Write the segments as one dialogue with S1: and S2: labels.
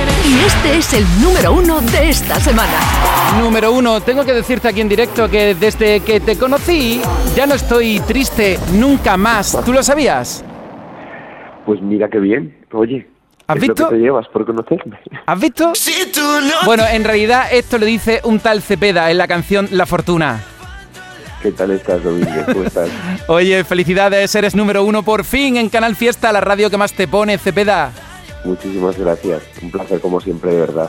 S1: Y este es el número uno de esta semana.
S2: Número uno, tengo que decirte aquí en directo que desde que te conocí ya no estoy triste nunca más. ¿Tú lo sabías?
S3: Pues mira qué bien. Oye,
S2: ¿Has
S3: es
S2: visto?
S3: lo que te llevas por conocerme.
S2: ¿Has visto? Bueno, en realidad esto lo dice un tal Cepeda en la canción La Fortuna.
S3: ¿Qué tal estás, Domingo? ¿Cómo estás?
S2: Oye, felicidades, eres número uno por fin en Canal Fiesta, la radio que más te pone, Cepeda.
S3: Muchísimas gracias. Un placer como siempre, de verdad.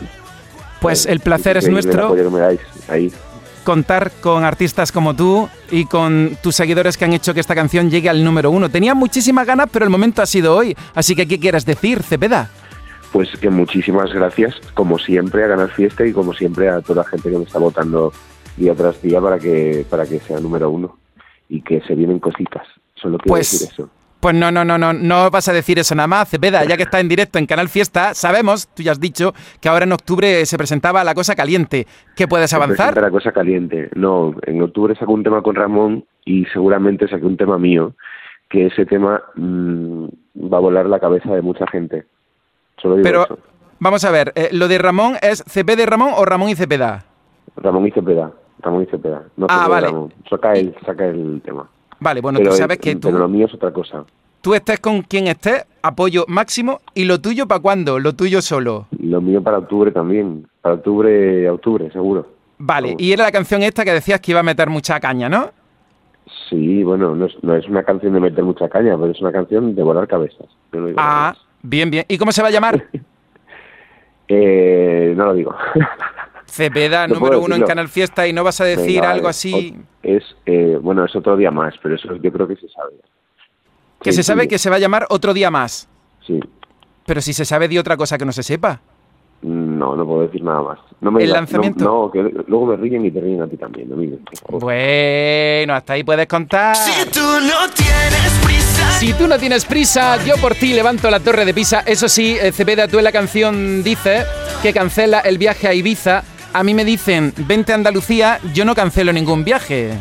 S2: Pues
S3: Eh,
S2: el placer es
S3: increíble el
S2: nuestro
S3: apoyo que me dais ahí.
S2: contar con artistas como tú y con tus seguidores que han hecho que esta canción llegue al número uno. Tenía muchísimas ganas, pero el momento ha sido hoy. Así que, ¿qué quieres decir, Cepeda?
S3: Pues que muchísimas gracias, como siempre, a Ganar Fiesta y como siempre a toda la gente que me está votando día tras día para que, para que sea número uno y que se vienen cositas. Solo quiero
S2: Pues-
S3: decir eso.
S2: Pues no, no, no, no, no vas a decir eso nada más, Cepeda, ya que está en directo en Canal Fiesta, sabemos, tú ya has dicho, que ahora en octubre se presentaba la cosa caliente. ¿Qué puedes
S3: Presenta
S2: avanzar?
S3: la cosa caliente. No, en octubre saco un tema con Ramón y seguramente saqué un tema mío, que ese tema mm, va a volar la cabeza de mucha gente. Solo digo eso.
S2: Pero vamos a ver, eh, lo de Ramón es Cepeda y Ramón o Ramón y Cepeda.
S3: Ramón y Cepeda. Ramón y Cepeda. No
S2: Ah,
S3: solo
S2: vale.
S3: Ramón. Saca el, saca el tema.
S2: Vale, bueno,
S3: pero,
S2: tú
S3: es-
S2: sabes que
S3: pero lo
S2: tú,
S3: mío es otra cosa.
S2: tú estés con quien estés, apoyo máximo, y lo tuyo para cuándo, lo tuyo solo.
S3: Lo mío para octubre también. Para octubre, a octubre, seguro.
S2: Vale,
S3: Vamos.
S2: y era la canción esta que decías que iba a meter mucha caña, ¿no?
S3: Sí, bueno, no es, no es una canción de meter mucha caña, pero es una canción de volar cabezas. Yo no digo nada
S2: Ah,
S3: más.
S2: bien, bien. ¿Y cómo se va a llamar?
S3: Eh, no lo digo.
S2: Cepeda,
S3: No
S2: número
S3: puedo
S2: uno en
S3: decirlo.
S2: Canal Fiesta, y no vas a decir
S3: Venga,
S2: algo
S3: vale.
S2: así...
S3: Ot- Es, eh, bueno, es otro día más, pero eso yo creo que se sabe.
S2: Que
S3: Sí,
S2: se
S3: sí,
S2: sabe que se va a llamar otro día más.
S3: Sí.
S2: Pero si se sabe de otra cosa que no se sepa.
S3: No, no puedo decir nada más. No me
S2: ¿El
S3: digas- no-
S2: lanzamiento?
S3: No, que luego me ríen y te ríen a ti también, Domingo.
S2: Bueno, hasta ahí puedes contar.
S4: Si tú no tienes prisa,
S2: Si tú no tienes prisa, yo por ti levanto la torre de Pisa. Eso sí, eh, Cepeda, tú en la canción dices que cancela el viaje a Ibiza. A mí me dicen, vente a Andalucía, yo no cancelo ningún viaje.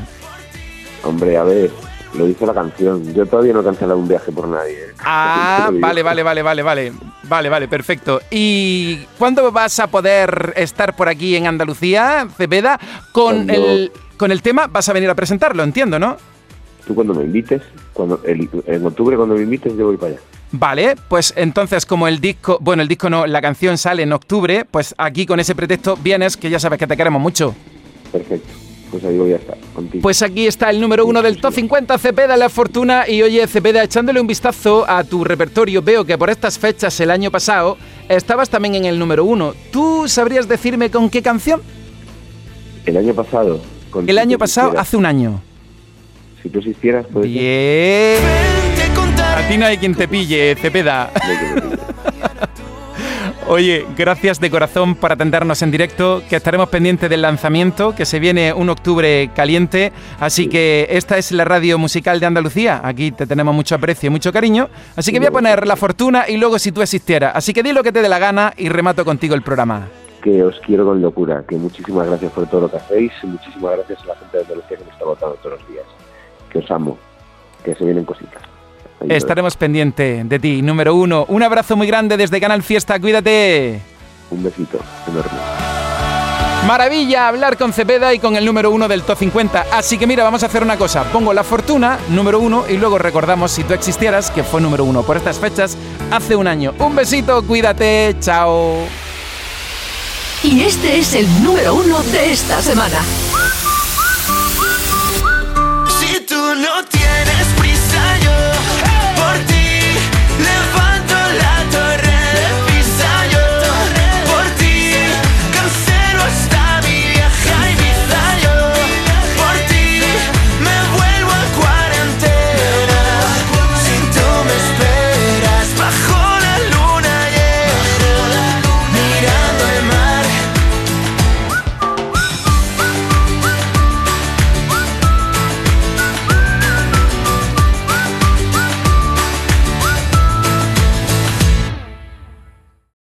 S3: Hombre, a ver, lo dice la canción. Yo todavía no he cancelado un viaje por nadie. ¿eh?
S2: Ah,
S3: Te lo digo.
S2: vale, vale, vale, vale, vale. Vale, vale, perfecto. ¿Y cuándo vas a poder estar por aquí en Andalucía, Cepeda? Con
S3: Cuando-
S2: el, con el tema vas a venir a presentarlo, entiendo, ¿no?
S3: Tú cuando me invites, cuando el- en octubre cuando me invites yo voy para allá.
S2: Vale, pues entonces como el disco, bueno, el disco no, la canción sale en octubre, pues aquí con ese pretexto vienes, que ya sabes que te queremos mucho.
S3: Perfecto. Pues ahí voy a estar contigo.
S2: Pues aquí está el número uno del Top 50, Cepeda La Fortuna. Y oye, Cepeda, echándole un vistazo a tu repertorio, veo que por estas fechas el año pasado estabas también en el número uno. ¿Tú sabrías decirme con qué canción?
S3: el año pasado. con
S2: El
S3: Si
S2: año
S3: tú
S2: pasado,
S3: existieras-
S2: hace un año.
S3: Si tú existieras, pues.
S2: Bien.
S4: te contaré.
S2: A ti no hay quien te pille, Cepeda. Oye, gracias de corazón por atendernos en directo, que estaremos pendientes del lanzamiento, que se viene un octubre caliente, así que esta es la radio musical de Andalucía, aquí te tenemos mucho aprecio y mucho cariño, así que voy a poner la fortuna y luego si tú existieras, así que di lo que te dé la gana y remato contigo el programa.
S3: que os quiero con locura, que muchísimas gracias por todo lo que hacéis y muchísimas gracias a la gente de Andalucía que me está votando todos los días. Que os amo, que se vienen cositas. Ahí nos vemos.
S2: Estaremos pendientes de ti, número uno. Un abrazo muy grande desde Canal Fiesta, cuídate.
S3: Un besito enorme.
S2: Maravilla hablar con Cepeda y con el número uno del Top 50. Así que mira, vamos a hacer una cosa. Pongo la fortuna, número uno, y luego recordamos si tú existieras, que fue número uno por estas fechas hace un año. Un besito, cuídate, chao.
S1: Y este es el número uno de esta semana.
S4: si tú no tienes prisa, yo.